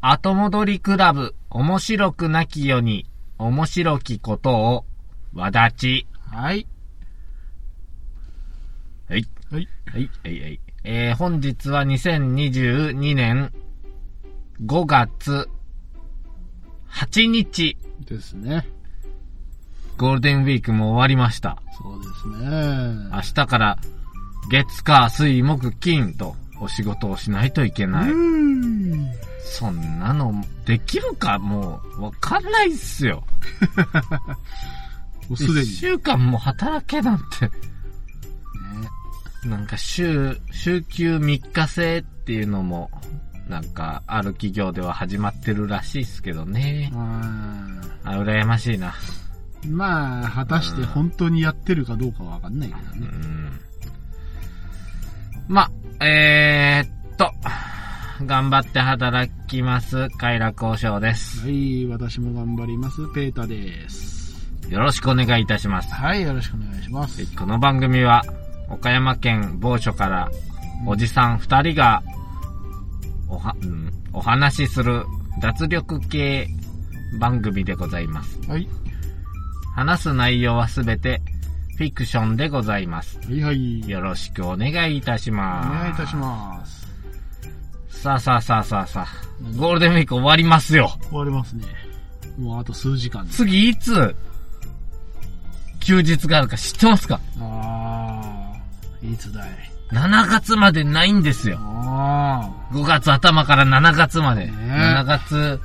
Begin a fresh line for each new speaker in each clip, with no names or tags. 後戻りクラブ、面白くなきよに、面白きことを、わだち。
はい。
はい。
はい。
はい、はい、はい。えー、本日は2022年5月8日、
ですね。
ゴールデンウィークも終わりました。
そうですね。
明日から月火水木金とお仕事をしないといけない。
ん。
そんなのできるかもうわかんないっすよ。
もうすで
一
に。
週間も働けなん
ね
て、なんか週、週休3日制っていうのも、なんかある企業では始まってるらしいっすけどね。
まあ
あ、羨ましいな。
まあ、果たして本当にやってるかどうかはわかんないけど
う
ね。
ん。ま、えー、っと、頑張って働きます。快楽交渉です。
はい、私も頑張ります。ペータです。
よろしくお願いいたします。
はい、よろしくお願いします
で。この番組は岡山県某所からおじさん2人がおは、うん、お話しする脱力系番組でございます。
はい。
話す内容はすべてフィクションでございます。
はいはい。
よろしくお願いいたし
お
ます。
願いいたします。
す。さあさあさあさあさあ、ゴールデンウィーク終わりますよ。
終わりますね。もうあと数時間で。
次いつ休日があるか知ってますか
ああ、いつだい。
?7 月までないんですよ。
あ
5月頭から7月まで。
ねえ
7月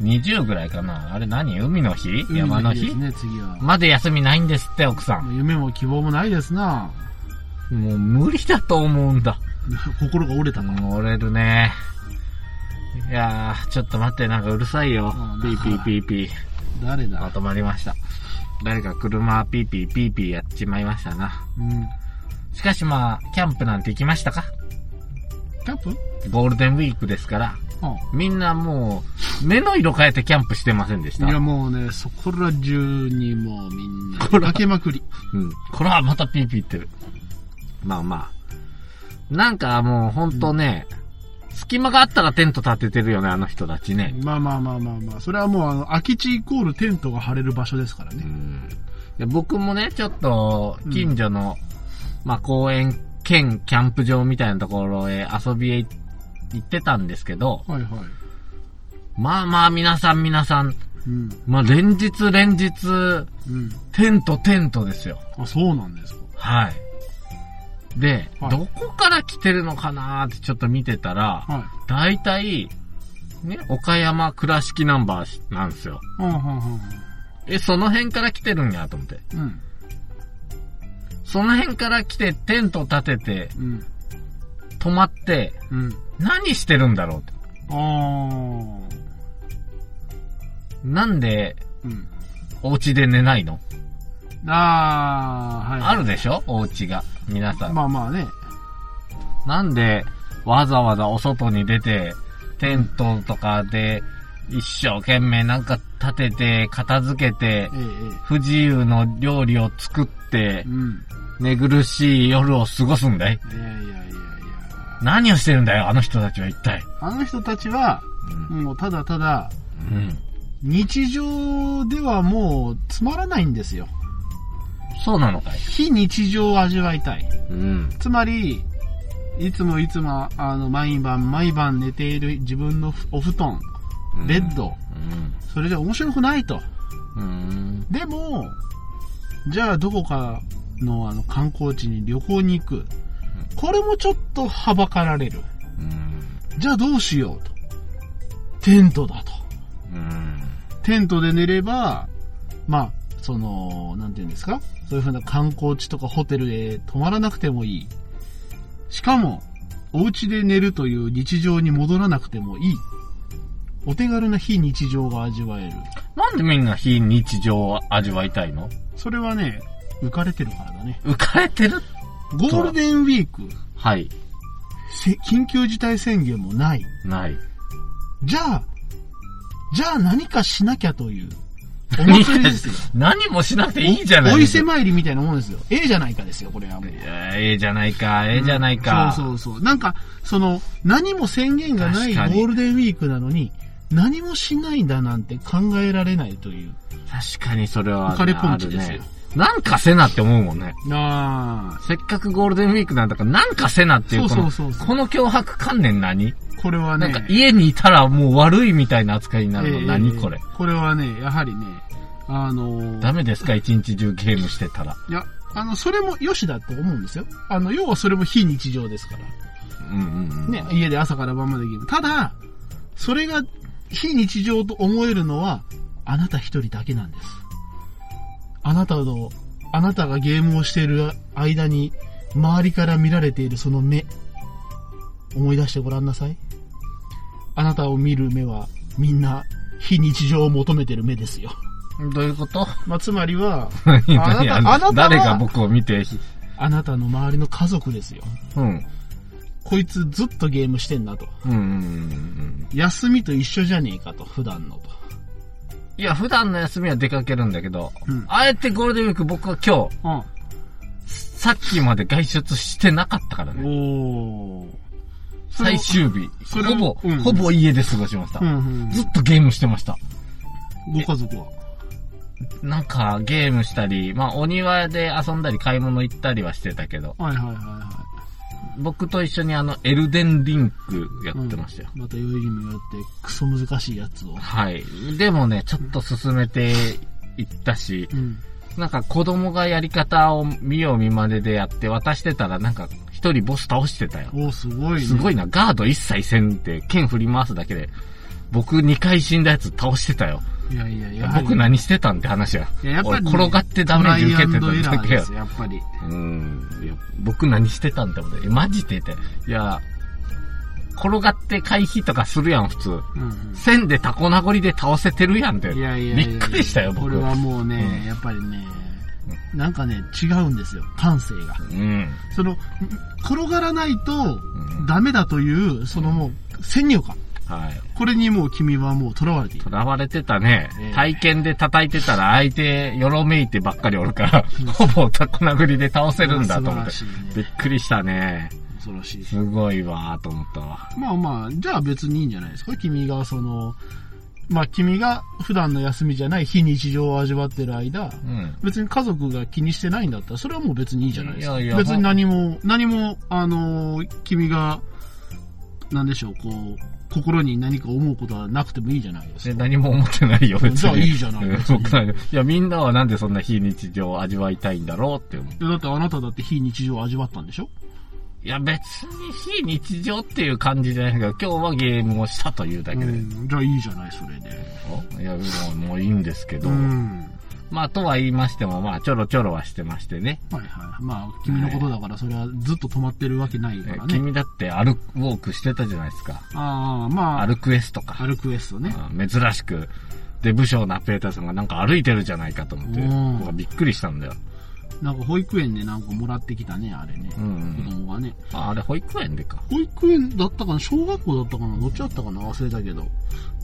20ぐらいかな。あれ何海の日
あ。
山の
海
日
ですね、次は。
まで休みないんですって、奥さん。
もう夢も希望もないですな。
もう無理だと思うんだ。
心が折れたな。
もう折れるね。いやー、ちょっと待って、なんかうるさいよ
う。ん
ピーピーピーピー。
誰
ま
だ
とまりました。誰か車ピーピーピーピーやっちまいましたな。
うん。
しかしまあ、キャンプなんて行きましたか
キャンプ
ゴールデンウィークですから、
あ
みんなもう、目の色変えてキャンプしてませんでした
いやもうね、そこら中にもうみん な、
こら
かけまくり。
うん。これはまたピーピー言ってる。まあまあ。なんかもうほんとね、隙間があったらテント立ててるよね、あの人たちね。
まあまあまあまあまあ、それはもうあの、空き地イコールテントが張れる場所ですから
う
ね。
ん。で僕もね、ちょっと、近所の、まあ公園兼キャンプ場みたいなところへ遊びへ行ってたんですけど、
はいはい。
まあまあ皆さん皆さん、
うん。
まあ連日連日、
うん。
テントテントですよ。
あ、そうなんですか。
はい。で、
はい
どこから来てるのかなーってちょっと見てたら、
はい。
大体、ね、岡山倉敷ナンバーなんですよ。
うん、うん、
え、その辺から来てるんやと思って。
うん。うん。
その辺から来てテント立てて、
うん。
泊まって、
うん。
何してるんだろうと。
あー。
なんで、
うん。
お家で寝ないの
あー、はい。
あるでしょお家が。皆さん。
まあまあね。
なんで、わざわざお外に出て、テントとかで、一生懸命なんか立てて、片付けて
え、え、え
不自由の料理を作って
え。う、ん。
寝苦しい夜を過ごすんだい
いやいやいやいや。
何をしてるんだよ、あの人たちは一体。
あの人たちは、
うん。
もうただただ、日常ではもうつまらないんですよ。
そうなのかい。
非日常を味わいたい。
うん。
つまり、いつもいつも、あの、毎晩毎晩寝ている自分のふお布団、ベッド、
うん。
それじゃ面白くないと。
うん。
でも、じゃあどこかのあの観光地に旅行に行く。これもちょっとはばかられる。
うん。
じゃあどうしようと。テントだと。
うん。
テントで寝れば、まあ、その、なんていうんですかそういうふうな観光地とかホテルへ泊まらなくてもいい。しかも、お家で寝るという日常に戻らなくてもいい。お手軽な非日常が味わえる。
なんでみんな非日常を味わいたいの
それはね、浮かれてるからだね。
浮かれてる
ゴールデンウィーク、
はい。
せ緊急事態宣言もない。
ない。
じゃあ、じゃあ何かしなきゃという、お祭りですよ。
何もしなくて いいじゃない
お伊勢参りみたいなもんですよ。ええじゃないかですよ、これはもう
い。やええじゃないか、ええじゃないか。
そうそうそう。なんか、その、何も宣言がない
確かに
ゴールデンウィークなのに、何もしないんだなんて考えられないという。
確かにそれは、
浮かれポンチですよ
あるね。なんかせなって思うもんね。
ああ。
せっかくゴールデンウィークなんだから、なんかせなっていう、こ
そう
の、
そうそうそう
この脅迫観念何
これは
な
ね。
んか家にいたらもう悪いみたいな扱いになるの
ええ
何これ。
これはね、やはりね、あのー
ダメですか一日中ゲームしてたら。
いや、あの、それも良しだと思うんですよ。あの、要はそれも非日常ですか
う
ら。
んうんうん。
ね、家で朝から晩までゲーム。ただ、それが非日常と思えるのは、あなた一人だけなんです。あなたの、あなたがゲームをしている間に、周りから見られているその目、思い出してごらんなさい。あなたを見る目は、みんな、非日常を求めてる目ですよ。
どういうこと
まあ、つまりは、
何
あなた
何あの
あなたは
誰が僕を見て、ひ
あなたの周りの家族ですよ。
うん。
こいつずっとゲームしてんなと。
うんうんうんうん。
休みと一緒じゃねえかと、普段のと。
いや、普段の休みは出かけるんだけど、
うん
あえてゴールデンウィーク僕は今日、
うん。
さっきまで外出してなかったからね。
おーそれ
最
を
終日。
それ
ほ
を
ぼ、
うん
ほぼ家で過ごしました、
うんうん
ずっとゲームしてました。
ご家族は。
なんか、ゲームしたり、まあ、お庭で遊んだり、買い物行ったりはしてたけど、
はいはいはいは
僕と一緒にあの、エルデンリンクや
い。
ってましたよ。
うんまた余裕にもよって、クソ難しいやつを。
はい。でもね、ちょっと進めていったし、
うん。
なんか子供がやり方を見よう見まねでやって渡してたら、なんか一人ボス倒してたよ。
おーすごいね。
すご
い。
いな、ガード一切せんって、剣振り回すだけで、僕2回死んだやつ倒してたよ。
いやいや、やはり
僕何してたんって話や。
いや、やっぱりね、
俺転がってダメージ受けてた
トライアンドエ
だ
ラー
け
で
や
す。。やっぱり。
うん。いや、僕何してたんって思って、えマジでって。いや、転がって回避とかするやん、普通。
うんうん
線でタコ殴りで倒せてるやんって。
いやいやいや
びっくりしたよ、
こ
僕。
れはもう
う
ね、やっぱりね、なんかね、違うんですよ。感性が。
うん。
その、転がらないと
ん
ダメだという、そのもう、先入観。
はい。
これにもう君はもう囚われている。
囚われてたね
ね。え
体験で叩いてたら相手、よろめいてばっかりおるから、ほぼタコ殴りで倒せるんだと思って
素晴らしいね。
びっくりしたね。
恐ろしいです。
すごいわーと思ったわ。
まあまあ、じゃあ別にいいんじゃないですか君がその、まあ君が普段の休みじゃない非日常を味わってる間、
うん。
別に家族が気にしてないんだったら、それはもう別にいいじゃないですか。
いやいや
別に何も、何も、あのー君が、なんでしょう、こう、心に何か思うことはなくてもいいじゃないです
で
か。
何も思ってないよ、別に。
じゃあいいじゃない
うん
別に
僕なんかいや、みんなはなんでそんな非日常を味わいたいんだろうって思う。
だってあなただって非日常を味わったんでしょ
いや、別に非日常っていう感じじゃないけど、今日はゲームをしたというだけで。
うんじゃあいいじゃない、それで。
おいや、もうもういいんですけど。
うん。
まあ、とは言いましても、まあ、ちょろちょろはしてましてね。
はいはい。まあ、君のことだから、それはずっと止まってるわけないからね。
君だって歩く、ウォークしてたじゃないですか。
ああ、まあ、
歩くエスとか。
歩くエストね。
うん珍しく、で、武将ナペーターさんがなんか歩いてるじゃないかと思って、
うん
僕はびっくりしたんだよ。
なんか保育園でなんかもらってきたね、あれね。
うんうん
子供がね。
ああれ、保育園でか。
保育園だったかな小学校だったかなどっちだったかな忘れたけど。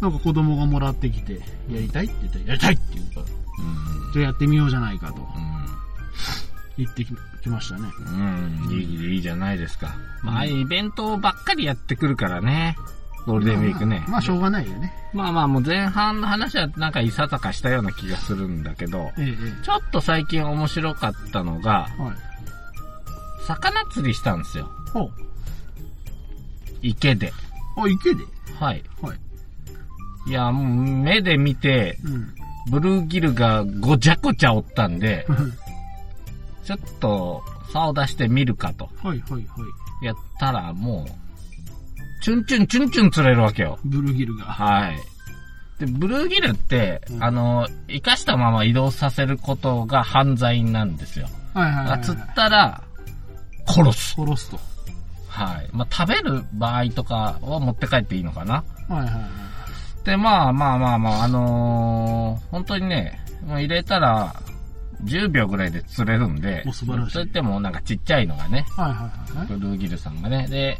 なんか子供がもらってきて、やりたいって言ったら、やりたいって言うから、
うん
じゃあやってみようじゃないかと
うん。
言ってききましたね。
うん、いい、いいじゃないですか。まあ、イベントばっかりやってくるからね。ゴールデンウィークね。
まあ、まあしょうがないよね。
まあまあ、もう前半の話はなんかいささかしたような気がするんだけど、
ええ、え
ちょっと最近面白かったのが、
え。はい。
魚釣りしたんですよ。
ほ
池で。
う。あ、池で
はい。
はい。
いや、もう目で見て、
うん。
ブルーギルがごちゃごちゃおったんで、ちょっと差を出してみるかと。
はいはいはい。
やったらもう、チュンチュンチュンチュン釣れるわけよ。
ブルギルが。
はい。で、ブルーギルって、
うん
あの、生かしたまま移動させることが犯罪なんですよ。
はいはいはい、は
釣っ
い。
たら、殺す。
殺すと。
はい。まあ、食べる場合とかは持って帰っていいのかな。
はいはいはい。
で、まあまあまあまあ、あのー本当にね、もう入れたら、10秒ぐらいで釣れるんで、
お素晴らしい
そう言ってもなんかちっちゃいのがね、
はいはいはいはい
ブ。ルーギルさんがね。で、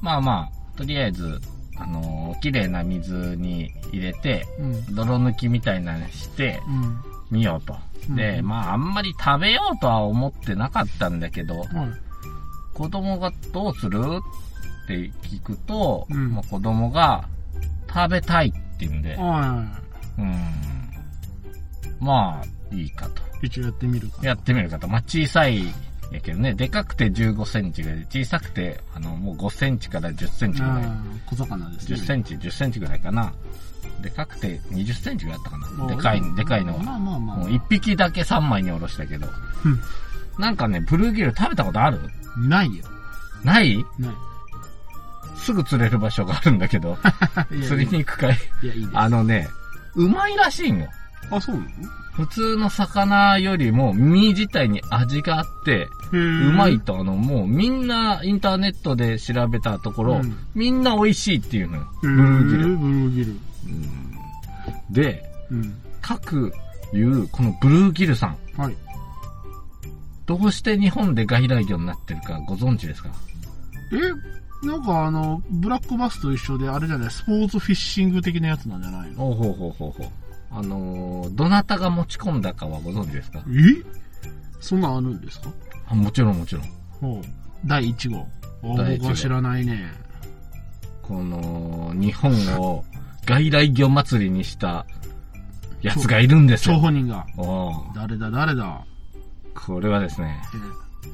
まあまあ、とりあえず、あのーの、綺麗な水に入れて、
うん。
泥抜きみたいなのして
うん。
みようと。で、
うん
まああんまり食べようとは思ってなかったんだけど、
はい。
子供がどうするって聞くと、
うん
まあ子供が食べたいって言うんで、
は
うん。まあ、いいかと。
い。一応やってみるか。
やってみるかと。まあ、小さい、やけどね、でかくて15センチぐらいで、小さくて、あの、もう5センチから10センチぐらい。
ああ、小魚ですね。
10センチ、10センチぐらいかな。でかくて20センチぐらいあったか
ま
な。で
あ
かい、でかいのは。
まあまあまあ
もう1匹だけ3枚におろしたけど。なんかね、ブルーギル食べたことある
うん。ないよ。
ない
ない。
すぐ釣れる場所があるんだけど、釣りに行くかい
いや、いいです。
あのね、うまいらしいの。
あ、そうなの
普通の魚よりも身自体に味があって、
へ
う
う
まい。とあのもうみんなインターネットで調べたところ、
うん
みんな美味しいっていうのよ。
ブル
ー
ー
ギ
ギ
ル
ル。ブルーギル。
で、
うん。
各いうこのブルーギルさん、
はい。
どうして日本で外来魚になってるかご存知ですか
え、なんかあの、ブラックバスと一緒で、あれじゃない、スポーツフィッシング的なやつなんじゃないの
おうほうほうほうほう。あのーどなたが持ち込んだかはご存知ですか
えそんなんあるんですか
あもちろんもちろん。
ほう。第1号。あ
第一号
僕は知らないね。
この、日本を外来魚祭りにしたやつがいるんです
張
よ。
本人が。
おう
誰だ、誰だ。
これはですね、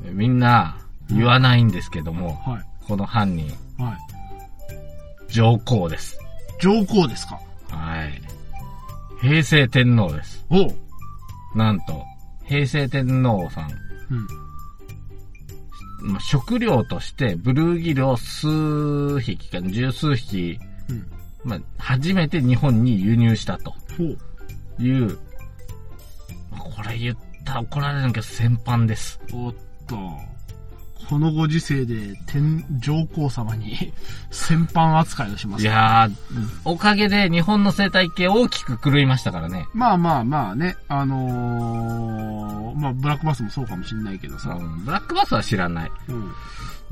え
みんな言わないんですけども、
は
この犯人、
い。はい。
上皇です。
上皇ですか
はい。平成天皇です。
おう。
なんと、平成天皇さん、
うん。
まあ食料としてブルーギルを数匹か十数匹、
うん。
まあ初めて日本に輸入したと
ほう。
いう、まあこれ言ったら怒られるんだけど戦犯です。
おっと。このご時世で天上皇様に 戦犯扱いをしま
い
す。
やー、おかげで日本の生態系大きく狂いましたからね。
まあまあまあね、あのー、まあブラックバスもそうかもしんないけど
う
さ。
んブラックバスは知らない。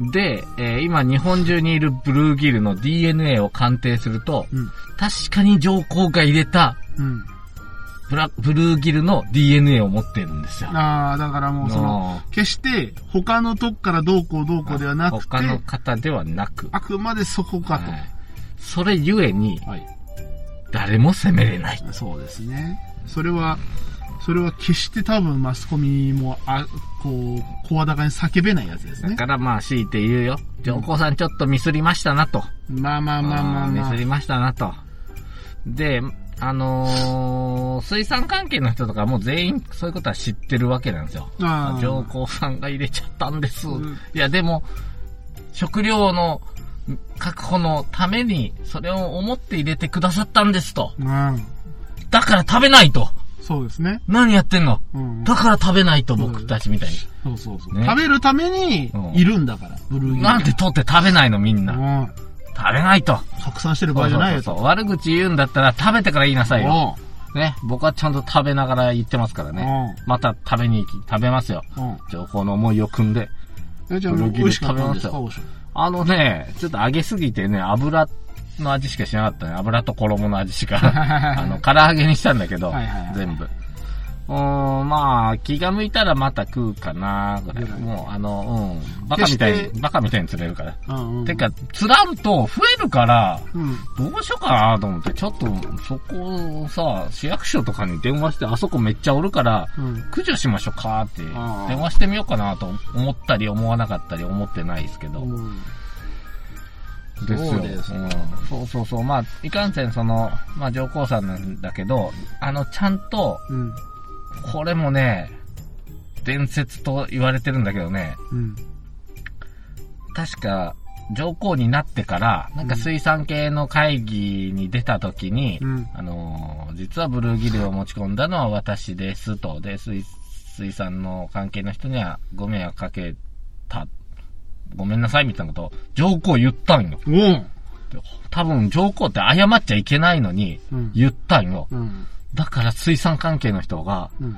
うん。
で、えー今日本中にいるブルーギルの DNA を鑑定すると、
うん。
確かに上皇が入れた
うん。
ブラブルーギルの DNA を持ってるんですよ。
ああ、だからもうその、
の
決して他のとこからどうこうどうこうではなくて
他、の方ではなく。
あくまでそこか
はいそれゆえに
と。、はい。
誰も責めれない。
そうですね。それは、それは決して多分マスコミも、あ、こう、声高に叫べないやつです
だ
ね。
からまあ強いて言うよ。上皇さんちょっとミスりましたなと。
まあまあまあまあ
ミ
まあ
ス。りましたなと。で、あのー水産関係の人とかもう全員そういうことは知ってるわけなんですよ。
あー
上皇さんが入れちゃったんです。
うん
いや、でも、食料の確保のために、それを思って入れてくださったんですと。
うん。
だから食べないと。
そうですね。
何やってんの
うん。
だから食べないと、僕たちみたいに。
そうそうそう。
ね
食べるために
うん、
いるんだから、ブルーギル。
なんで取って食べないの、みん
う
な。
ん。
食べないと。
拡散してる場合じゃないよ
そう
と。
そうそう悪口言うんだったら食べてから言いなさいよ。
う
ね。僕はちゃんと食べながら言ってますから
ん。
ね。また食べに行き、食べますよ。
うん。うん
情報の思いを汲んで。
え。じゃあ、
ブルーギル
美味しかったんですか
食べ
おし
あのね、ちょっと揚げすぎてね、油の味しかしなかったね。油と衣の味しか。 あの、唐揚げにしたんだけど、
はいはいはい
全部。うーん、まあ、気が向いたらまた食うかなぐらい。
ぐらい
もう、あの、うん、バカみたい
決
に、バカみたいに釣れるから。
うんうん。
てか、釣らんと増えるから、
うん。
どうしようかなと思って、ちょっと、そこをさ、市役所とかに電話して、あそこめっちゃおるから、
うん。
駆除しましょうかって、電
ああ
話してみようかなと思ったり思わなかったり思ってないですけど。
うん。
ですよ。
そうです
うん、そうそうそう。まあ、いかんせんその、まあ上皇さんなんだけど、あの、ちゃんと、
うん。
これもね、伝説と言われてるんだけどね、
うん。
確か、上皇になってから、なんか
うん
水産系の会議に出た時に、
うん。
あのー実はブルーギルを持ち込んだのは私ですと、で、水、水産の関係の人にはご迷惑かけた、ごめんなさいみたいなことを上皇言ったんよ。
おう
多分上皇って謝っちゃいけないのに、
うん。
言ったんよ。
うん。
だから水産関係の人が、
うん。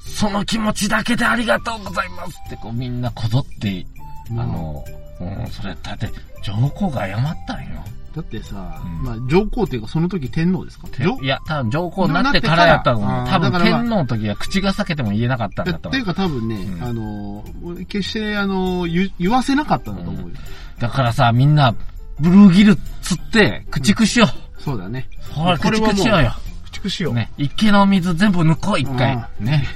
その気持ちだけでありがとうございますってこうみんなこぞって、あの、うん、それだって上皇が謝ったんよ。
だってさ、
うん
まあ上皇っていうかその時天皇ですか
て
上
いや、多分上皇になってからやったの
なっ
も、
てか
多分
らあーだからま
天
あ
皇の時は口が裂けても言えなかったんだ
っ
と思
ていう
う。
か多分ね、
うん
あの、決してあの、言言わせなかったんだと思うよ。
だからさ、みんな、ブルーギル釣って、駆逐しよ
そうだね。
う。ほら、
これ
駆
はもう
逐しようよ。
駆逐しよう。
ね、池の水全部抜こう、一回
あ。
ね。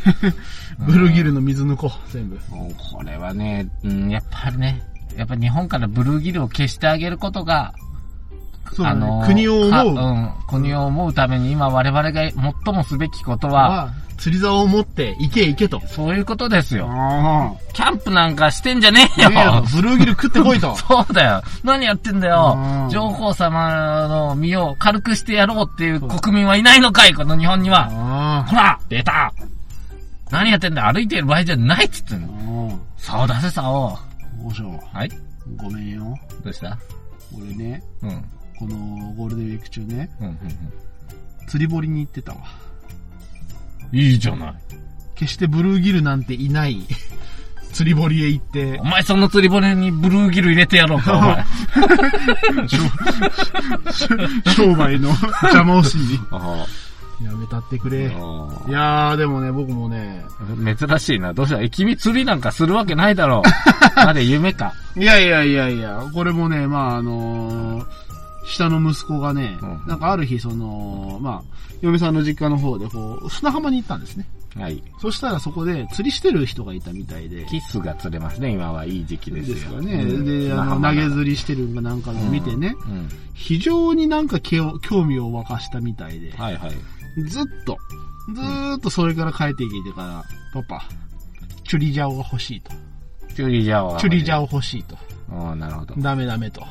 ブルギルの水抜こう、全部。
もうこれはね、うん、やっぱりね、やっぱ日本からブルーギルを消してあげることが、
そうだね。
のー
国を
か
思う。
うん、国を思うために今我々が最もすべきことは、
は、釣り竿を持って、行け行けと。
そういうことですよ。
あ
キャンプなんかしてんじゃねえ
あ。
よ
ねえよ、ブルーギル食ってこい と。
そうだよ。何やってんだ
う
よ
ん。
上皇様の身を軽くしてやろうっていう国民はいないのかいこの日本には。
あ
ほら出た何やってんだ歩いてる場合じゃないっつってん
あ。
の。
うん。
竿出せ竿。
おしょ
はい
ごめんよ。
どうした
俺ね、
うん。うん
このゴールデンウィーク中ね、
うんうん。
釣り堀に行ってたわ。
いいじゃない。
決してブルーギルなんていない、 釣り堀へ行って
お、前その釣り堀にブルーギル入れてやろうか、お前。
商売の邪魔をしに。
あ
やめたってくれ。い
あ
やー、でもね、僕もね、
珍しいな。どうしたえ君釣りなんかするわけないだろ う。まだ夢か。
いやいやいやいや、これもね、まああのー下の息子がね、
うん
なんかある日、その、まあ、嫁さんの実家の方で、こう、砂浜に行ったんですね。
はい。
そしたらそこで釣りしてる人がいたみたいで、
キスが釣れますね、今はいい時期ですよ。
ですよね。
うん
で、あの、投げ釣りしてるんかなんかを見てね、
うん。
非常になんか気を興味を沸かしたみたいで、
はいはい。
ずっと、ずーっとそれから帰ってきてから、パパ、チュリジャオが欲しいと。
チュリジャオは。
チュリジャ
オ。
オ欲しいと。
ああ、なるほど。
ダメダメと。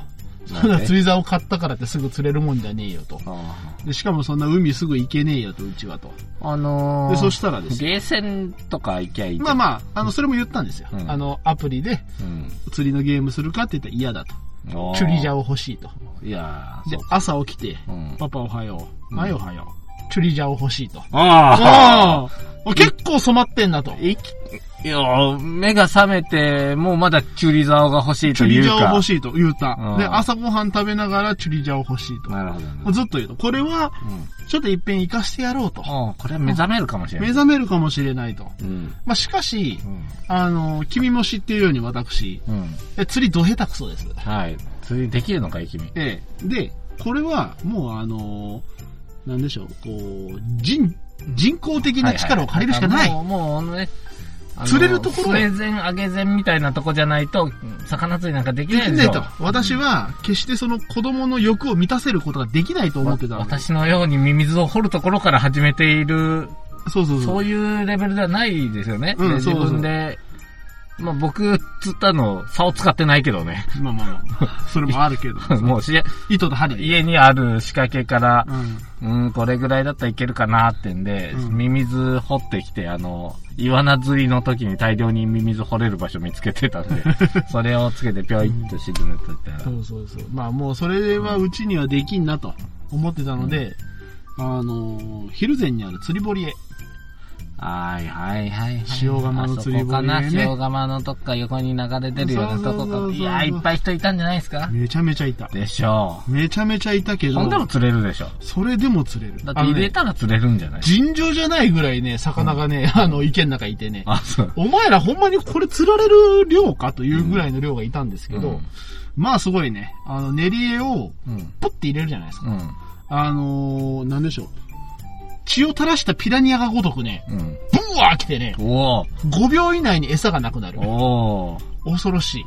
なん
そんな
で
釣り竿買ったからってすぐ釣れるもんじゃねえよと。
あ
でしかもそんな海すぐ行けねえよと、うちはと。
ああのー、
で、そしたらですね、
ゲーセンとか行きゃいい。
まあまあ、あの、それも言ったんですよ。
うん
あの、アプリで
うん。
釣りのゲームするかって言ったら嫌だと。
ああ
チュリジャオ欲しいと。
いやー
で
そう、
朝起きて、
うん。
パパおはよ
う
う。
ん
はいおはよう。チュリジャオ欲しいと。
ああ
ああ結構染まってんなと。
いき、いやー目が覚めて、もうまだチュリジャオが欲しい
チ
と
ュ
い
リ
う
ジャオ
か。
欲しいと言う
う
た。
ん
で、朝ごはん食べながらチュリジャオ欲しいと。
なるほど、ね。
ずっと言うと。これは、
うん。
ちょっと一遍活かしてやろうと。
ああ、これは目覚めるかもしれな
目
い。
覚めるかもしれないと。
うん。
まあ、しかし
う、ん。
あの、君も知っているように私、
うん。
え釣りど下手くそです。
はい。釣りできるのかい、君。
ええ。で、これは、もうあの、なんでしょう、こう、人、人工的な力を借りるしかない。
もう、もうね、あの
釣れるところへ
末前、上げ前みたいなとこじゃないと、魚釣りなんかでき
で
ない
き
んで
な
す
い
よ。
と。私は、決してその子供の欲を満たせることができないと思ってた
わ
わけ
私のようにミミズを掘るところから始めている、
そうそうそ。
そうういうレベルではないですよね。
うん
で
そうそう
自分で、まあ僕釣ったの、竿使ってないけどね。
まあまあまあ。それもあるけ ど。
もうし
糸と針で。
家にある仕掛けから
う、ん。
うん、これぐらいだったらいけるかなってんで、
うん
ミミズ掘ってきて、あの、イワナ釣りの時に大量にミミズ掘れる場所見つけてたん で、それをつけてぴょいっと沈めといたら、
そうそうそう。まあもうそれはうちにはできんなと思ってたので、あのー、蒜山にある釣り堀へ。
はいはいはいはい。
塩釜の釣り堀ね
あそこかな塩釜のとこか横に流れてるようなと
そ
こ
うそうそうそ
か。
う
いやー、いっぱい人いたんじゃないですか
めちゃめちゃいた。
でしょ
めちゃめちゃいたけ
う。そ
ど
んで、も釣れるでしょ。
それでも釣れる。
だって入れ
あのね
たら釣れるんじゃない
尋常じゃないぐらいね、魚がね、あの、池の中いてね。
あ、そう。
お前らほんまにこれ釣られる量かというぐらいの量がいたんですけど、
うん
まあすごいね、あの、練り絵を
うん。
ポッて入れるじゃないですか。
うん。
あのー、なんでしょう。血を垂らしたピラニアがごとくね、
うん。
ブワー来てね、
おー。
5秒以内に餌がなくなる。
おー。
恐ろしい。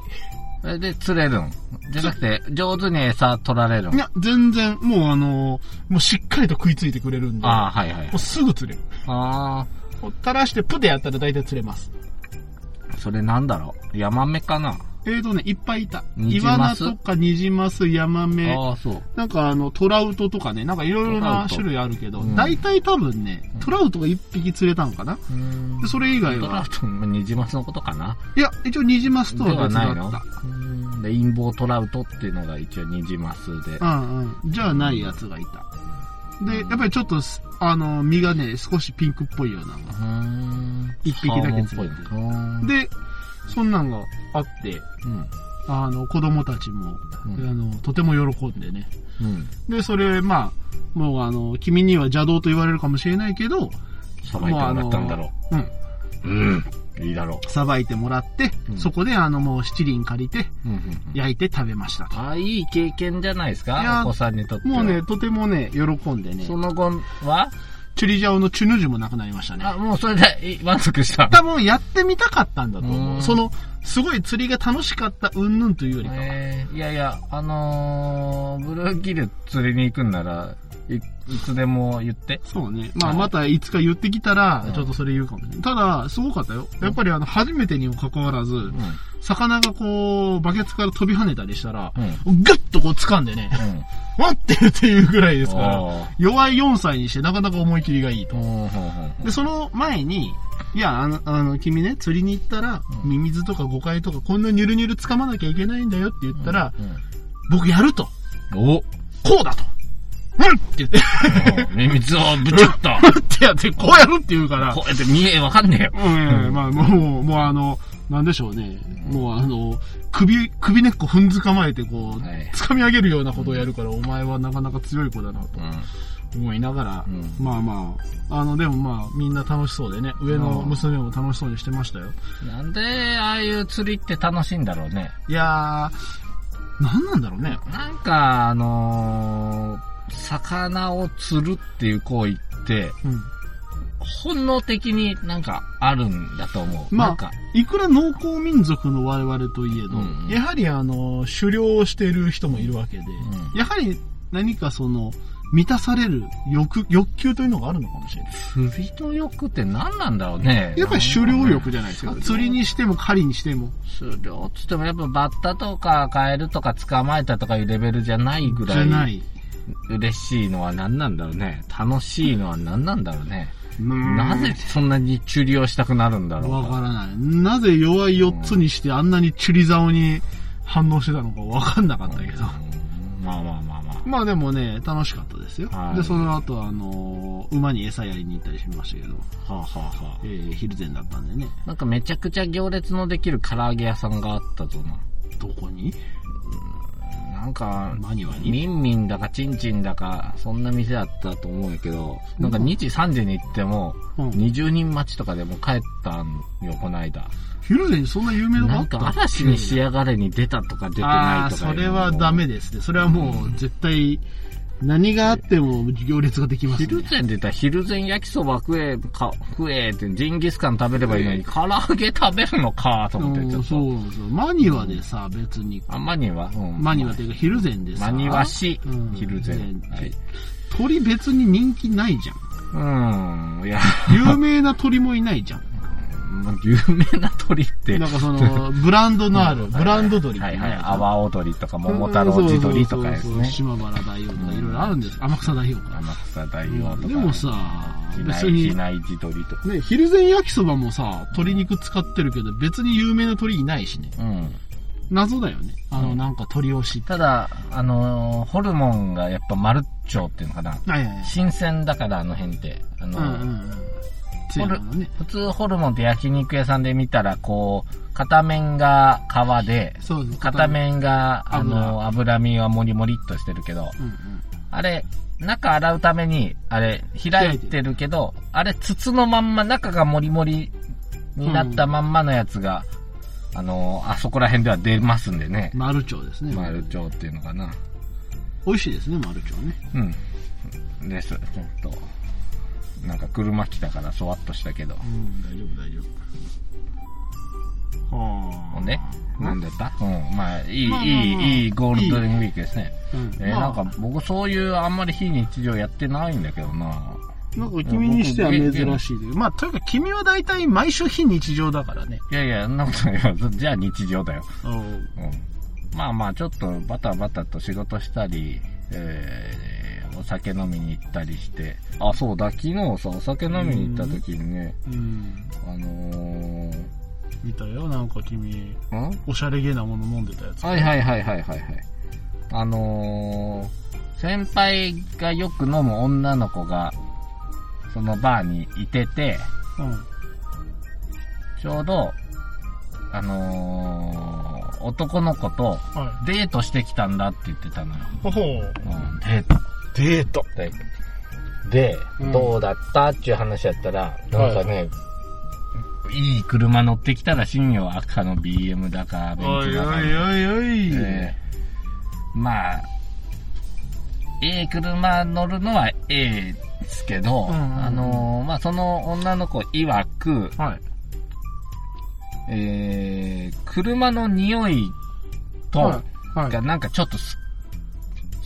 それで釣れるんじゃなくて、上手に餌取られるん
いや、全然、もうあのーもうしっかりと食いついてくれるんで、
あ
も
あ、はいはい。
うすぐ釣れる。
あ
もう垂らしてプでやったら大体釣れます。
あ、それなんだろう。ヤマメかな
えーとね、いっぱいいた。
ニ
イ
ジマ
ワナ
ス
とかニジマス、ヤマメ、
ああ、そう。
なんかあの、トラウトとかね、なんかいろいろ
トラウ
な
ト
種類あるけど
う、ん
大体多分ね、トラウトが1匹釣れたのかなでそれ以外
トラ
は、
ウト、ニジマスのことかない
や、一応ニジマス
で
とは
は
別
ない
だっ
の
た。
で、陰謀トラウトっていうのが一応ニジマスで
う。んうん。じゃあないやつがいた。で、やっぱりちょっとす、あの、身がね、少しピンクっぽいようなのが。
うん
一匹だけ釣れてる
サーモンっぽいの。
で、そんなんがあって、
うん。
あの、子供たちも、
うん
あの、とても喜んでね。
うん。
で、それ、まあ、もうあの、君には邪道と言われるかもしれないけど、
さばいてもらったんだろ
うん、
う。うん。いいだろ
さばいてもらって、
うん
そこであの、もう七輪借りて、
う。うんうんうん。
焼いて食べましたと。
ああ、いい経験じゃないです
いや
かお子さんにとっては。
もうね、、とてもね、喜んでね、
その後は、
チュリジャオのチュヌジュもなくなりましたね。
あ、もうそれでい 満足した。
多分やってみたかったんだと
う
思う。
ん
その、すごい釣りが楽しかったうんぬんというよりかは。
えーいやいや、あのー、ブルーギル釣りに行くんなら、いいつでも言って。
そうね。まあ、
はい
またいつか言ってきたら
うん、
ちょっとそれ言うかもしれない。ただ、すごかったよ。やっぱりあの、初めてにもかかわらず、
う
魚がこう、バケツから飛び跳ねたりしたら、
ん。うん。
グッとこう掴んでね、
うん。
わってっていうぐらいですから、
おー
弱い4歳にしてなかなか思い切りがいいと。
ほうほうほう
で、その前に、いや、あの、あの君ね、釣りに行ったら、
うん
ミミズとかゴカイとか、こんなニュルニュル掴まなきゃいけないんだよって言ったら、
う
僕やると。
んお
こうだと。うんって言って、
ミミズをぶちょっと
うんってやって、こうやるって言うから
こ、うやって見え、わかんねえよ。
うん、まあ、もう、もうあの、なんでしょうね。もうあの、首、首根っこ踏んづかまえて、こう、
はい
掴み上げるようなことをやるから、お前はなかなか強い子だなと
う
思いながら、
うん
まあまあ、あの、でもまあ、みんな楽しそうでね、上の娘も楽しそうにしてましたよ。
ん。なんで、ああいう釣りって楽しいんだろうね。
いやー、なんなんだろうね。
なんか、あのー魚を釣るっていう行為って、
うん。
本能的になんかあるんだと思う。
まあ
なんか、
いくら農耕民族の我々といえど、
うんうん
やはりあの、狩猟をしている人もいるわけで、
う
やはり何かその、満たされる欲、欲求というのがあるのかもしれない。
釣りの欲って何なんだろうね。
やっぱり狩猟欲じゃないですか。
うん
釣りにしても狩りにしても、
狩猟っつってもやっぱバッタとかカエルとか捕まえたとかいうレベルじゃないぐ
じ
らい。
ゃない。
嬉しいのは何なんだろうね。楽しいのは何なんだろうね。な
な
ぜそんなに釣りをしたくなるんだろう
わからない。なぜ弱い4つにしてあんなにチュリ竿に反応してたのかわかんなかったけど。
うんまあまあまあまあ。
まあでもね、楽しかったですよ。
はい
で、その後、あのー馬に餌やりに行ったりしましたけど、
はあ、はあは
えー、昼前だったんでね。
あ、なんかめちゃくちゃ行列のできる唐揚げ屋さんがあったぞな。
どこに
なんか、
マニュアに
ミンミンだかチンチンだか、そんな店だったと思うんやけど、なんか2時3時に行っても、
うん。
20人待ちとかでもう帰ったんよ、こないだ。
ヒルゼにそんな有名なの
な
あ
ん
った
か嵐に仕上がれに出たとか出て
あ
ない
ー
とか
それはダメですね。それはもう絶対、何があっても行列ができます
昼
ね。
前出たら昼前焼きそば食え、か、食えって、ジンギスカン食べればいいのに、唐揚げ食べるのか、と思って、ち
う
ょ
ん
っ
そう
と。
なんですよ。マニュアでさ、別に、
あ、マニはうん。
マニュアというかヒルゼンで
マ
さ、
ニはし
うん、
昼前。
前
はい。
鳥別に人気ないじゃん。
うん、いや、
有名な鳥もいないじゃん。
まあ有名な鳥って。
なんかその、ブランドのあ る、ブランド鳥って
はい
ね
はい。阿波踊りとか、桃太郎地鳥とかです
そうそうそう
ね。
島原大王とかいろいろあるんです。天草大王か。
天草大王とか。
でもさ
機、
別
内、
に
機、内地鳥とか。
ね、昼前焼きそばもさ、鶏肉使ってるけど、別に有名な鳥いないしね。
うん。
謎だよね。あの、
うん
なんか鳥を知った。
ただ、あのー、ホルモンがやっぱマルッチョっていうのかな。
はいはいはい。
新鮮だから、あの辺って。あ
う
の
ん
ー、
うんうん。つやなのね。
普通ホルモンって焼肉屋さんで見たら、こう、片面が皮で、
そうそう。
片。面が、あ
油
の、脂身はモリモリっとしてるけど、
うんうん。
あれ、中洗うために、あれ、開いてるけど、あれ、筒のまんま、中がモリモリになったまんまのやつが、あの、あそこら辺では出ますんでね。
マルチョウですね。
マルチョウっていうのかな。
美味しいですね、マルチョウね。
うん。です。ちょっと、なんか車来たから、そわっとしたけど。
うん、大丈夫大丈夫。は
もうね、なんだったうん、まあ、いい、
まあまあ
い
まあ
い、いいゴールデンウィークですね。
うん
えー
まあ
なんか僕そういうあんまり非日常やってないんだけどな。
なんか君にしては珍しいで。まあ、というか君は大体毎週非日常だからね。
いやいや、そんなことないよ。 じゃあ日常だよ。
うん
うん。まあまあ、ちょっとバタバタと仕事したり、えーお酒飲みに行ったりして。あ、そうだ、昨日さ、お酒飲みに行った時にね、
うん。
あの
見たよ、なんか君。
ー、ん
おしゃれげなもの飲んでたやつ。
はいはいはいはいはいはい。あのー、先輩がよく飲む女の子が、そのバーにいてて、
うん。
ちょうど、あの男の子と
はい。
デートしてきたんだって言ってたのよ。
ほほう。
うん、デート。
デート。
で、で
うん
どうだったっていう話やったら、なんかね、い、い車乗ってきたらしいんよ。赤の BM だか、ベ
お
ン
い
ツだか。
おいおいおい。
えーまあ、ええ車乗るのはええですけど、
うんうんうん
あのーまあその女の子曰く、
はい。
えー、車の匂いと、
はい。はい
がなんかちょっとす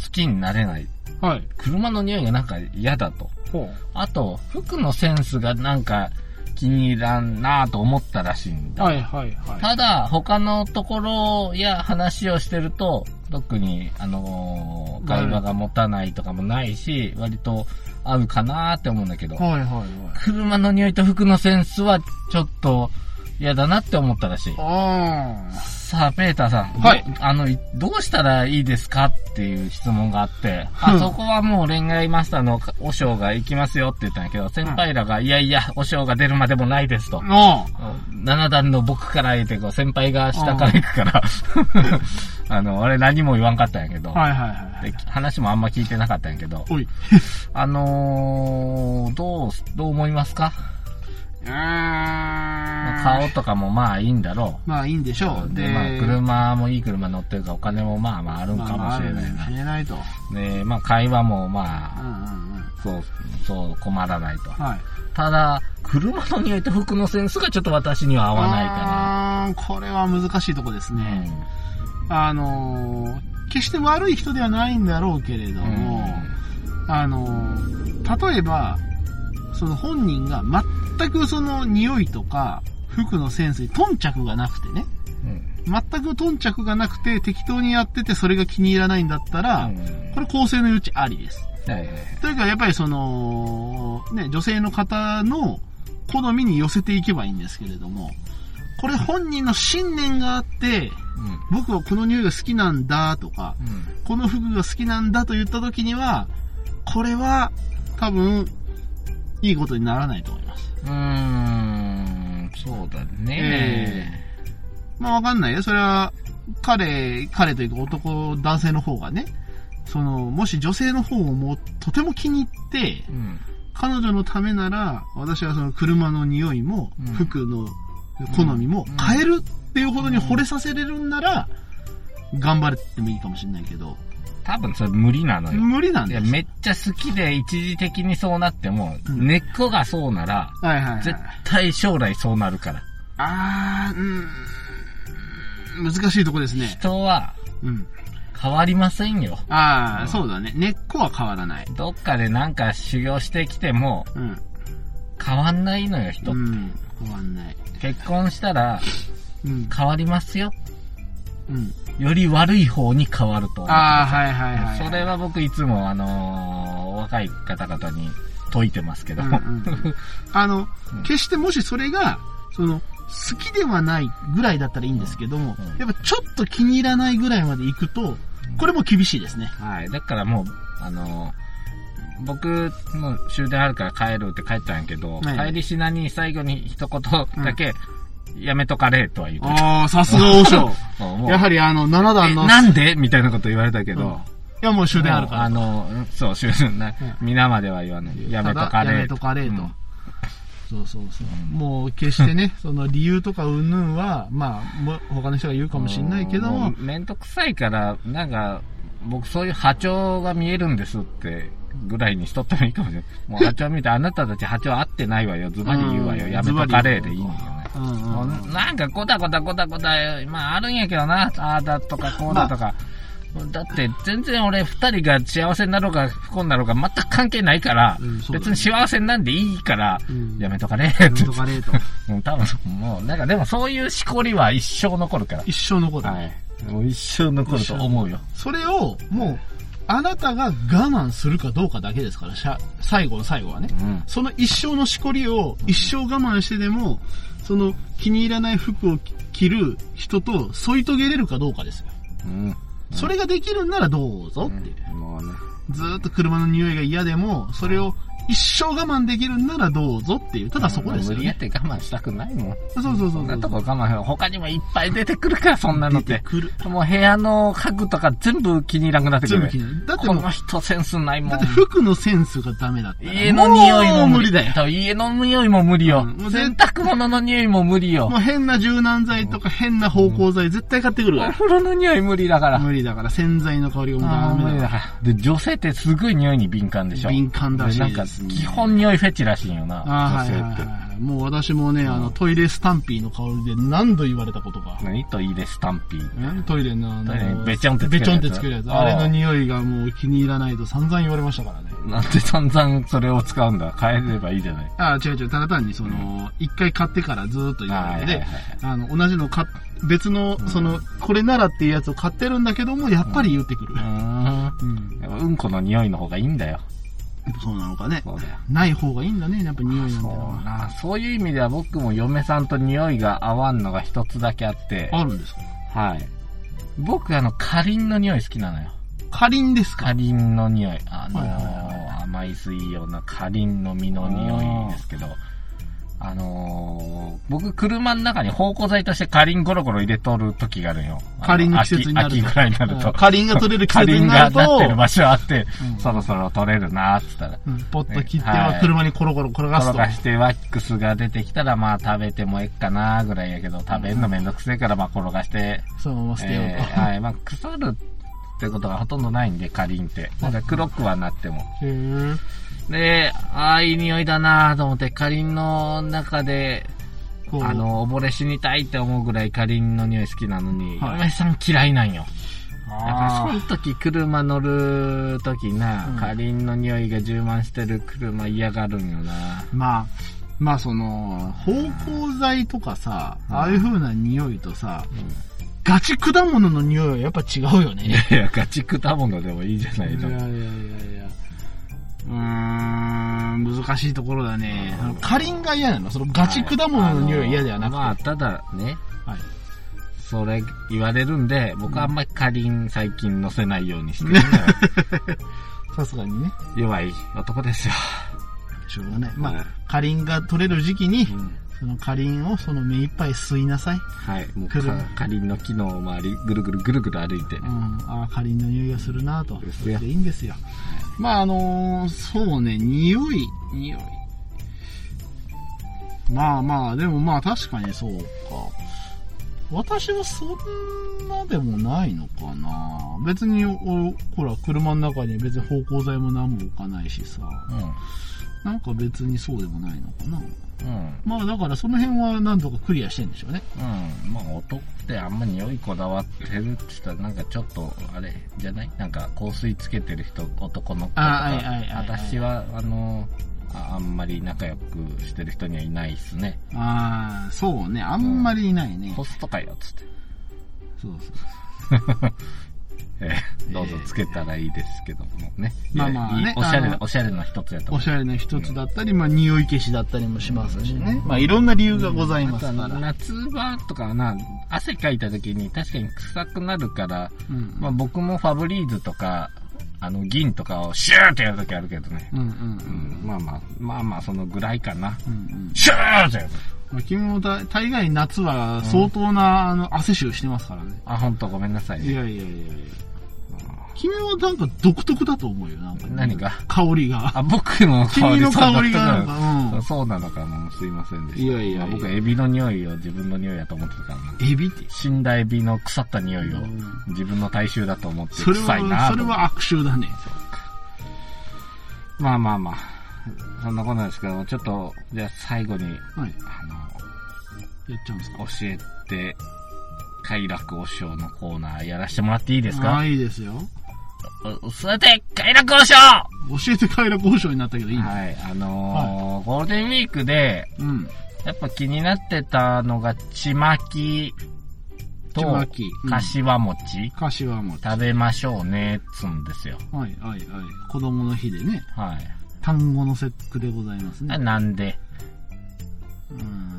好きになれない。
はい。
車の匂いがなんか嫌だと。
ほう。
あと、服のセンスがなんか気に入らんなぁと思ったらしいんだ。
はいはいはい。
ただ、他のところや話をしてると、特に、あのー会話が持たないとかもないし、割と合うかなーって思うんだけど、
はいはいはい。
車の匂いと服のセンスはちょっと嫌だなって思ったらしい。
あ
さあ、ペーターさん。
はい
どあの、いどうしたらいいですかっていう質問があって、
う
あ
ん
そこはもう恋愛マスターのお尚が行きますよって言ったんだけど、先輩らが、いやいや、お尚が出るまでもないですと
あ。。の
7段の僕から言って、こう、先輩が下から行くから、あの、俺何も言わんかったんやけど、
はいはいはい。
で話もあんま聞いてなかったんやけど、
おい。
あのー、どう、どう思いますかまあ
あ
顔とかもまあいいんだろ
まあいいんでしょ
う。
う。
で、まあ、車もいい車乗ってるから、お金もまあまああるんかもしれない
まあまああるか
な
も。しれないと。
で、まあ、会話も
う
ま
ん
あ、
うんう
そ
ん。
う、そう困らないと。
はい。
ただ、車の匂いと服のセンスがちょっと私には合わないか
あーこれは難しいとこです
な。
ね。あのー決して悪い人ではないんだろうけれど
うん。
も、あのー例えば、その本人が全くその匂いとか服のセンスに頓着がなくてね、
うん。
全く頓着がなくて適当にやっててそれが気に入らないんだったら、
うん
これ構成の余地ありです。
はいはいはい。
というかやっぱりその、ね、女性の方の好みに寄せていけばいいんですけれども、これ本人の信念があって、
うん。
僕はこの匂いが好きなんだとか、
うん
この服が好きなんだと言った時には、これは多分、いいことにならないと思います。
うーん、そうだね。
まあわかんないよ。それは、彼、彼というか男、男性の方がね、その、もし女性の方をもうとても気に入って、
うん。
彼女のためなら、私はその車の匂いも
うん、
服の好みも
うん
変えるっていうほどに惚れさせれるんなら、頑張れってもいいかもしれないけど、
多分それ無理なのよ。
無理なん
い
で
や、
すよ
めっちゃ好きで一時的にそうなっても、
うん
根っこがそうなら、
はいはい、はい。
絶対将来そうなるから。
あー、うーん、難しいとこですね。
人は
うん。
変わりませんよ。
あー、
うん
そうだね。根っこは変わらない。
どっかでなんか修行してきても
うん。
変わんないのよ、人。
うん。変わんない。
結婚したら
うん。
変わりますよ。
うん。
より悪い方に変わると思う。
あー、はいはいはい。
それは僕いつもあのー若い方々に解いてますけ
う
ど。
んうんうん。あの
うん、
決してもしそれが、その、好きではないぐらいだったらいいんですけども
うん、
やっぱちょっと気に入らないぐらいまで行くと、これも厳しいですね。
はい。だからもう、あのー僕、もう終電あるから帰るって帰ったんやけど、
はい
帰りしなに最後に一言だけ、やめとかれとは言って
あー、さすが王 将。
た。もう
やはりあの、7
え
段の、い
なんでみたいなこと言われたけど、
うんやもう終電あるから。
もうあの、そう、終電ない
うん。
皆までは言わない。やめとか
ただ
れ。
やめとかれ
う
と。
ん
そうそうそう。
うん
もう決してね、 その理由とかうんぬんは、まあ、も他の人が言うかもしれないけど
う
も
ん、うめんどくさいから、なんか、僕そういう波長が見えるんですって、ぐらいにしとったらいいかもしれない。もう波長見て、あなたたち波長合ってないわよ。ズバリ言うわよ。
うん
やめとかれでいいんよね。
うんうん
もうなんか、こだこだこだこだ、まああるんやけどな。ああだとかこうだとか。だって、全然俺二人が幸せになろうか不幸になろうか全く関係ないから、
うんそうだね
別に幸せなんでいいから、
うん
やめとかれ
やめとかれ と。
うん多分、もう、なんかでもそういうしこりは一生残るから。
一生残る。
い。もう一生残ると思うよ。
それを、もう、あなたが我慢するかどうかだけですから、しゃ最後の最後はね。
うん。
その一生のしこりを一生我慢してでも、その気に入らない服を着る人と添い遂げれるかどうかですよ。
うん。
それができるんならどうぞっていう。
もうね。
ずーっと車の匂いが嫌でも、それを一生我慢できるんならどうぞっていう、ただそこですよ
無理やっ
ね。
て我慢したくないもん。
そうそうそう
そ
そ
ん
う
なとこ我慢しろ。他にもいっぱい出てくるから、そんなのっ
出て
て。
くる。
もう部屋の家具とか全部気に入らなくなってく
全部
る
気。になる。だって
こ
もう
の人センスないも
だ
ん
って。服のセンスがダメだったら。
家の匂いも
もう無理だよ。。
家の匂いも無理よ。
うんもう
洗
絶
濯物の匂いも無理よ
も。う変な柔軟剤とか変な芳香剤絶対買ってくる
お
か。
風呂の匂い無理だからら。
無理だから、洗剤の香りがもう
あ
ダ
ー無
メ
理
だ
だ
か
から。で、女性ってすごい匂いに敏感でしょ。
ら。敏感だし
でなん
い
か
ですね、
基本匂いフェチらしいよな、
あ
女
はい
性
はい
っ
は
て。
いはい。もう私もね、あの、トイレスタンピーの香りで何度言われたことか。
何といいです、タンピー。
うんトイレのあ
トイレに
の、
べちょんってつけるやつ
べちょんってつけるやつ。
ああ
あれの匂いがもう気に入らないと散々言われましたからね。
なんで散々それを使うんだ変えればいいじゃない。
ああ、違う違う。ただ単にその、一回買ってからずーっと言わ
は
れて
い
て
はいはい、
あの、同じの買っ、別の、その、これならっていうやつを買ってるんだけども、やっぱり言ってくる
う。ーん。
うん。
やっぱうんこの匂いの方がいいんだよ。
そうなのかね。
そうだよ。
ない方がいいんだね、やっぱ匂いなんての
そう
は。
なそういう意味では僕も嫁さんと匂いが合わんのが一つだけあって、
あるんですか
はい。僕あの、カリンの匂い好きなのよ。
かりんです
カ
か
リンの匂い。あのー
はいはい
甘い水ようなカリンの実の匂いですけど、あのー僕車の中に芳香剤としてカリンゴロゴロ入れとる時があるよ。
カリンの季節になると
秋秋ぐらいになると。
かりんが取れる季
カ
節
リン
にな
が
ると、
なってる場所あって、
うん
そろそろ取れるなーっつったら。
うんポッと切って
は
はい車にコロコロ転がす
転
と。
がしてワックスが出てきたらまあ食べてもええかなーぐらいやけど、食べるのめんどくせえからまあ転がして、
そのまま捨てよう
えーはい。まあ腐るってことがほとんどないんで、カリンって。なんか黒くはなっても。
と。へー
で、ああ、いい匂いだなと思って、カリンの中で、
こう
あの、溺れ死にたいって思うぐらいカリンの匂い好きなのに、
はい
嫁さん嫌いなんよ。だから
あ
その
ー
時、車乗る時な、
うん
カリンの匂いが充満してる車嫌がるんよな。
まあ、まあその、芳香剤とかさ、ああいう風な匂いとさ、ガチ果物の匂いはやっぱ違うよ
い
ね。
やいや、ガチ果物でもいいじゃないの。
いやうーん、難しいところだね。あのかりんが嫌なのそのガチ果物の匂いは嫌ではなくて。
あのまあ、ただね、
はい
それ言われるんで、僕はあんまりカリン最近乗せないようにしてる、
さすがにね。
弱い男ですよ。
しょうがない。ま
はい
あ、かりんが取れる時期に、
うん
そのかりんをその目いっぱい吸いなさい。
はい、もう
くる
かかりんの木の周り、ぐるぐるぐるぐる歩いて
うん。。ああ、かりんの匂いがするなと。
です
それ
ね
でいいんですよ。まあ、あのーそうね、匂い、匂い。まあまあ、でもまあ確かにそうか。私はそんなでもないのかな。別に、おほら、車の中に別に芳香剤も何も置かないしさ。
う
なんか別にそうでもないのかな。
ん。うん。
まあだからその辺は何とかクリアしてんでしょうね。
うん。まあ、男ってあんま匂いこだわってるって言ったら、なんかちょっと、あれ、じゃないなんか香水つけてる人、男の子とか。
あはいはいはいはい
私は、あの、ああんまり仲良くしてる人にはいないっすね。
ああ、そうね。あんまりいないね。
ホストかよ、つって。
そうそう。
えーどうぞつけたらいいですけどもね。
まあまあね
いやいいおしゃれ
あ
な、
の
おしゃれな一つやと
お
思
しゃれな一つだったり、まあ、匂い消しだったりもしますしね。まあ、いろんな理由がございますか
あとは
ら。
夏場とかはな、汗かいた時に確かに臭くなるから、
うん
まあ僕もファブリーズとか、あの、銀とかをシューってやるときあるけどね。
うんうんう。
うんん、まあまあ、まあまあそのぐらいかな。
うんうん
シューってやる。
まあ、君もだ大概夏は相当な、あの汗臭してますからね。
あ、ほんとごめんなさい
い
ね。
やいやいやいや君はなんか独特だと思うよ、なんか、
何が
香りが。
あ、僕の香り
君の
そうだった
香りがなんか、う
そうなのかも、すいませんでした。
いやいやいや
まあ僕はエビの匂いを自分の匂いだと思ってたからな。
ん。エビって。
死んだエビの腐った匂いを
うん
自分の体臭だと思って
それ
臭いな
は、
と
それ
思って
は悪臭だね。
まあまあまあ。そんなことなんですけど、ちょっと、じゃあ最後に、
はい。
あ
やっちゃうんですか
の、教えて、快楽お尚のコーナーやらせてもらっていいです
あ
か
あ、いいですよ。
うさて、快楽お尚
教えて快楽交渉になったけどいいの、
はい、あのーゴールデンウィークで、
うん。
やっぱ気になってたのが、ちまき
ち
と
ま、き。
かしわ餅、
かしわも。
食べましょうね、っつうんですよ。
はいはいはい。子供の日でね、
はい。
単語の節句でございますね。
なんで、
うーん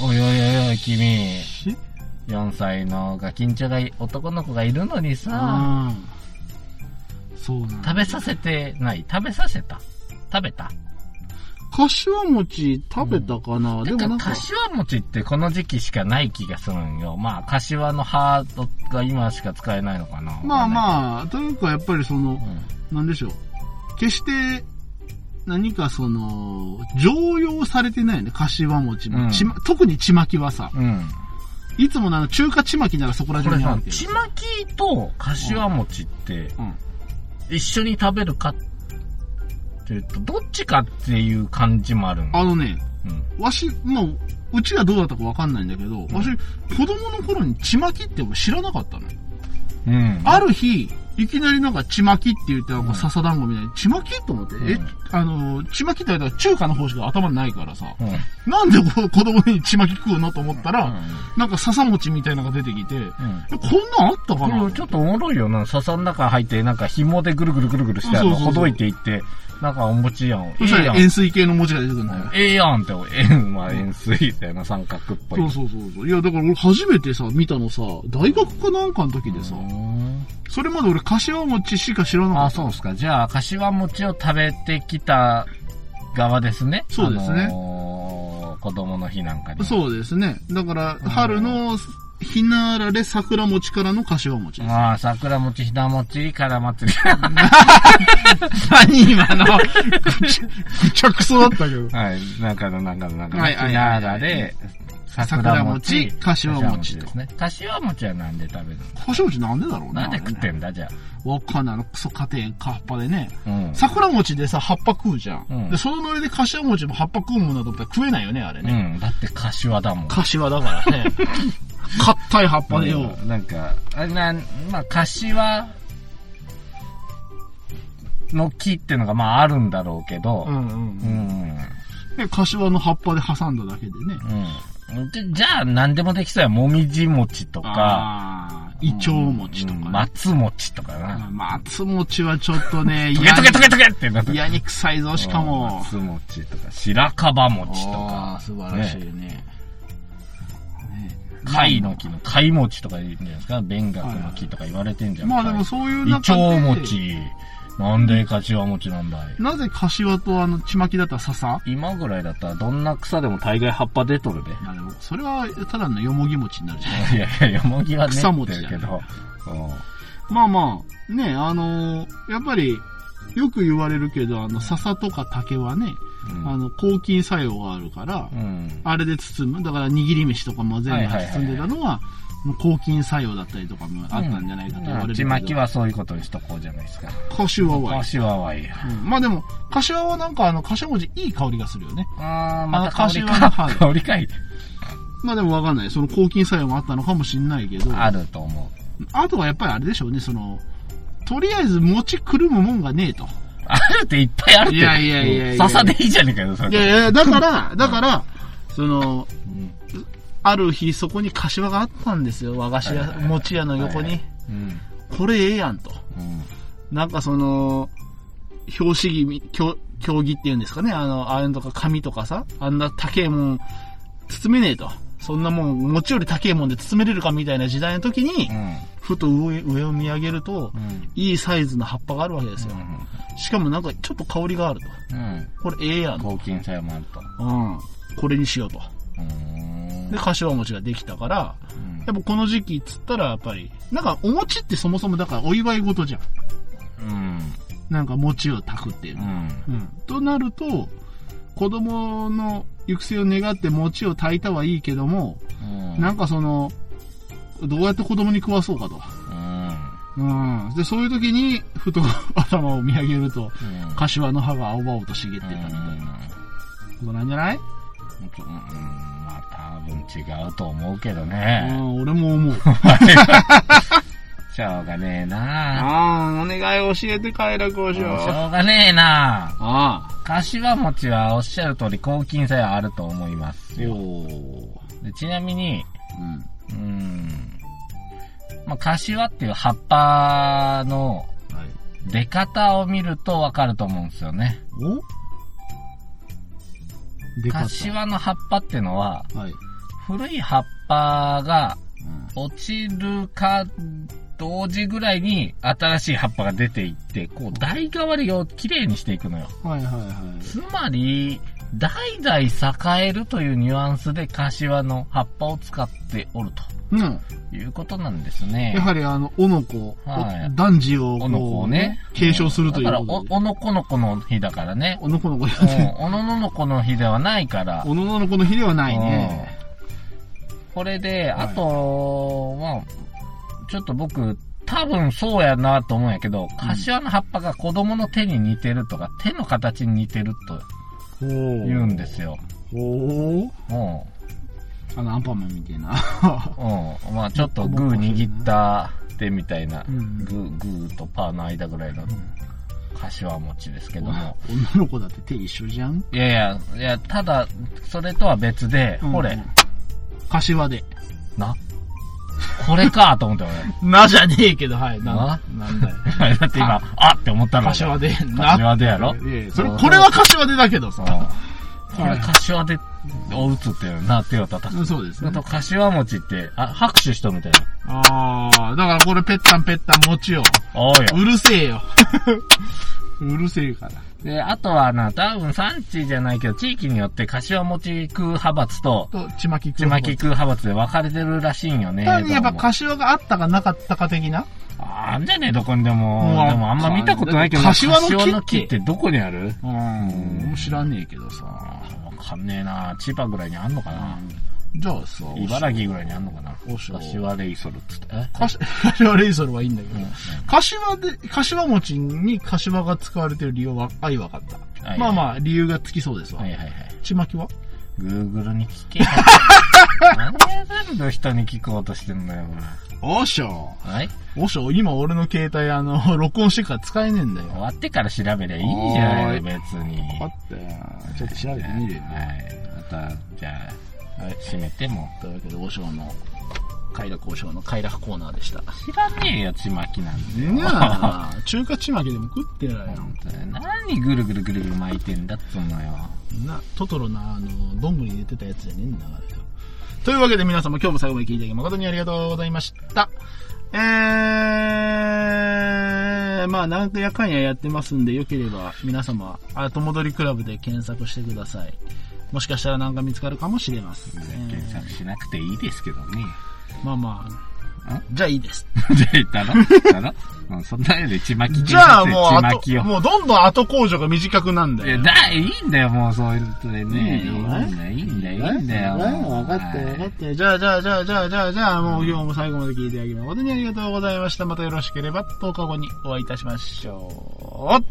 おいおいおいおい、君、
し
4歳のガキンチョがい、男の子がいるのにさ、
うん。そうなんだ
食べさせてない。食べさせた。食べた。
柏餅食べたかな、で
て
もな
か、
んか、
柏餅ってこの時期しかない気がするんよ。まあ、柏のハートが今しか使えないのかな。
まあ
あ。
まあ、というかやっぱりその
う、ん
なんでしょう。決して、何かその、常用されてないよね、柏餅も。
うん
ちま特にちまきはさ、
うん。
いつものあの中華ちまきならそこら
こ
中
れ
にあ
さ
る、けど。
ちまきと柏餅って
うん、
一緒に食べるかっていうと、どっちかっていう感じもあるん
あのね、
うん。
わし、まあ、うちがどうだったかわかんないんだけど、わし、子供の頃にちまきって俺知らなかったの。
うん。
ある日、いきなりなんかちまきって言って、なん
うん
か笹団子みたいに、ちまきと思って、え
うん、
あの、ちまきって言われたら中華の方しか頭にないからさ、
うん。うん。
なんでこう子供にちまき食うのと思ったら、なんか笹餅みたいなのが出てきて、
うん。
えこんなんあったかな
これちょっとおもろいよな。笹の中入って、なんか紐でぐるぐるぐるぐるして、あ
そう
の、
そうそう
ほどいていって、なんかお餅やん。え
そした
えや
ら
ん。
円錐形の文字が出てくるんだよ。
ええやんって、ええ、まあ、円錐だよな、三角っぽい。
そうそうそうそう。いや、だから俺初めてさ、見たのさ、大学かなんかの時でさ、
うん
それまで俺柏餅しか知らなか
あ、
った。
そうですか。じゃあ、柏餅を食べてきた側ですね。
そうですね
あのー子供の日なんかに。
そうですね。だから、
ん
春のひなあられ桜餅からの柏餅です。
ああ、桜餅、ひな餅、から祭 り。何今 の。
ぐちゃくそだったけど。
はい、なんかの、なんかの、なんかの、
はいはいはい
ひなあらで、桜餅、
桜餅柏餅と
ですね。柏餅はなんで食べるの
柏餅なんでだろうね。
なんで食って
ん
んだ、じゃ
わかんないあの、クソ家庭、カッパでね。
あ。うん。
桜餅でさ、葉っぱ食うじゃん。
うん
で、そのノリで柏餅も葉っぱ食うもんだと思ったら食えないよね、あれね。
うん、だって柏だもん。
柏だから ね。硬い葉っぱでよ。
うんなんか、あなまあ、柏の木っていうのが、まあ、あるんだろうけど、
んう
うんん。
うん。柏の葉っぱで挟んだだけでね。
うん。でじゃあ、何でもできそうや。もみじ餅とか、
あー、イチョウ餅と
う
か
ん
ね。
松餅とかな。
松餅はちょっとね、
トゲ
嫌
ト
に
ゲトゲトゲってなって
嫌に臭いぞ、しかも。
松餅とか、白樺餅と
あ
か
ー、素晴らしいね。ね
貝の木の貝餅とか言うんじゃないですか。勉学の木とか言われてんじゃん。
まあでもそういう
イチ
中
ョウ
で、
餅。なんで柏餅なんだい
なぜ柏とあの、ちまきだったら笹
今ぐらいだったらどんな草でも大概葉っぱ出とるで。
あでもそれはただのよもぎ餅になるじゃん。
いやいや、よもぎはね、
草餅
ってるけど。
まあまあ、ね、あのーやっぱり、よく言われるけど、あの、笹とか竹はね、
うん
あの、抗菌作用があるから、
うん。
あれで包む。だから、握り飯とかも全部包んでたのは、もう抗菌作用だったりとかもあったんじゃないかと言われるけ
ち
ど。
まき。はそういうことにしとこうじゃないですか。
柏は。
柏はいいや。
うんまあでも、柏はなんかあの、柏餅いい香りがするよね。
あー、また香
あ
り
柏の
か
葉。
香りかい。
まあでもわかんない。その抗菌作用もあったのかもしんないけど。
あると思う。
あとはやっぱりあれでしょうね、その、とりあえず餅くるむもんがねえと。
あるっていっぱいあるって。
いやいやいやいや
笹でいいじゃねえかよ、それ。
いやいや、だから、だから、その、
うん
ある日そこに柏があったんですよ、和菓子
はい
屋
は、いはい
餅屋の横に。
うん。
これええやんと。
うん。
なんかその、表紙儀、競競技っていうんですかね、あの、ああいうのとか紙とかさ、あんな高えもん、包めねえと。そんなもん、餅より高えもんで包めれるかみたいな時代の時に
う、ん。
ふと上上を見上げると
う、ん。
いいサイズの葉っぱがあるわけですよ。しかもなんかちょっと香りがあると。
うん。
これええやんと。
抗菌作用もあると。
うん。これにしようと。
うーん
で、柏餅ができたから、
うん
やっぱこの時期っつったらやっぱり、なんかお餅ってそもそもだからお祝い事じゃん。
うん。
なんか餅を炊くっていうう。
ん。
うん。となると、子供の行く末を願って餅を炊いたはいいけども、
うん。
なんかその、どうやって子供に食わそうかと。うん。で、そういう時に、ふと頭を見上げると、
うん。うん
柏の葉が青々と茂ってたみたいなことなんじゃない
うんうんまあ多分違うと思うけど
う
ね。
ん、俺も思う。
しょうがねえな
ああ、お願い教えて快楽を
しょうがねえな
あ
柏餅はおっしゃる通り抗菌作用あると思います
あ。
よ。
お
でちなみに、
うん。
うーん。まあ、柏っていう葉っぱの
はい。
出方を見るとわかると思うんですよね。
おでかった。
柏の葉っぱってのは、
はい。
古い葉っぱが
うん。
落ちるか同時ぐらいに新しい葉っぱが出ていって、こう代替わりをきれいにしていくのよ。
はいはいは
つまり、代々栄えるというニュアンスで柏の葉っぱを使っておる
い。うん。
ということなんですね。
やはりあの、おのこ、
はい
お男児を
おのこ
こ
を
う
ね
ね、。継承するという
だから、
ことで。
お、おのこのこの日だからね。
おのこの子
う
や
ん
ね。、
おのののこの日ではないから。
おののの子の日ではないね。
うん。これで、
はい
あと、まあ、ちょっと僕、多分そうやなと思うんやけど、柏の葉っぱが子供の手に似てるとか、手の形に似てると
ほう。
言うんですよ。
ほう。
うん。うん。
あの、アンパンマンみたいな。
まあちょっとグー握った手みたいな、
ん
グー、グーとパーの間ぐらいの柏餅ですけども。
女の子だって手一緒じゃん
いやいや、いや、ただ、それとは別で、
うん
ほれ、
柏で。
な、これかと思って俺。
なじゃねえけど、はい。な、なんだよ。
だって今、あって思ったの。
柏で。
柏でやろ
いやいやそれ、
うん
これは柏でだけどさ。
そう。これ、柏で、を打つっていうな、手を叩く。
うんそうです
あ
ね。
と、柏餅って、あ、拍手したみたいな。
ああ、だからこれペッタンペッタン持ちよ。
おうよ。
うるせえよ。 うるせえから。
で、あとはな、多分産地じゃないけど、地域によって柏餅食う派閥と、
と、ちまきく
ちまき食う派閥で分かれてるらしいんよね。
単にやっぱ
どうも
柏があったかなかったか的な
ああんじゃねえ、どこにでも。
うわ
でもあんま見たことないけど、
柏の木って
柏の木ってどこにある
う
うん
ん。知らねえけどさ。
あーわかんねえな千葉ぐらいにあんのかな、
じゃあさ、
茨城ぐらいにあんのかな
おしょ
柏レイソルっつって。え
柏、 柏レイソルはいいんだけど
うん。
柏で、柏餅に柏が使われてる理由は、あいわかった。
はい
まあまあ、理由がつきそうですわ
は。いはいはい。
ちまきは
Google に聞けよ。 なんで全部人に聞こうとしてんだよ、
おしょ
お前はい
おしょ、今俺の携帯、あの、録音してから使えねえんだよ。
終わってから調べりゃいいじゃないの、
お
別に。
あったよ。ちょっと調べてみるよ。
はい。また、じゃあ、閉めても。
というわけで、和尚の、快楽和尚の快楽コーナーでした。
知らねえよ、ちまきなんて。
ねえ、 中華ちまきでも食ってやよ。
本当だよ何ぐるぐるぐるぐる巻いてんだっつうのよ。
な、トトロな、あの、どんぐりに出てたやつじゃねえんだからよ。というわけで皆様今日も最後まで聞いていただき誠にありがとうございました。えー、まあ、なんかやかんややってますんで、よければ皆様、後戻りクラブで検索してください。もしかしたらなんか見つかるかもしれません。
検索しなくていいですけどね。
まあまあ
ん、
じゃあいいです。
じゃあ、だろだろ、 うん、そんなよりちまき
じゃあもう
ちま
後
きを。
もうどんどん後工場が短くなんだ
いや、
よ。
だ、いいんだよ、もうそういうことでね。い
いい
い
よ
んだよ、いいんだよ、いいんだよ。
分かったよ、分 かったよ。じゃあ、じゃあ、じゃあ、じゃあ、じゃあ、じゃあ、もう今日も最後まで聞いてあげ誠にありがとうございました。またよろしければ10日後にお会いいたしましょう。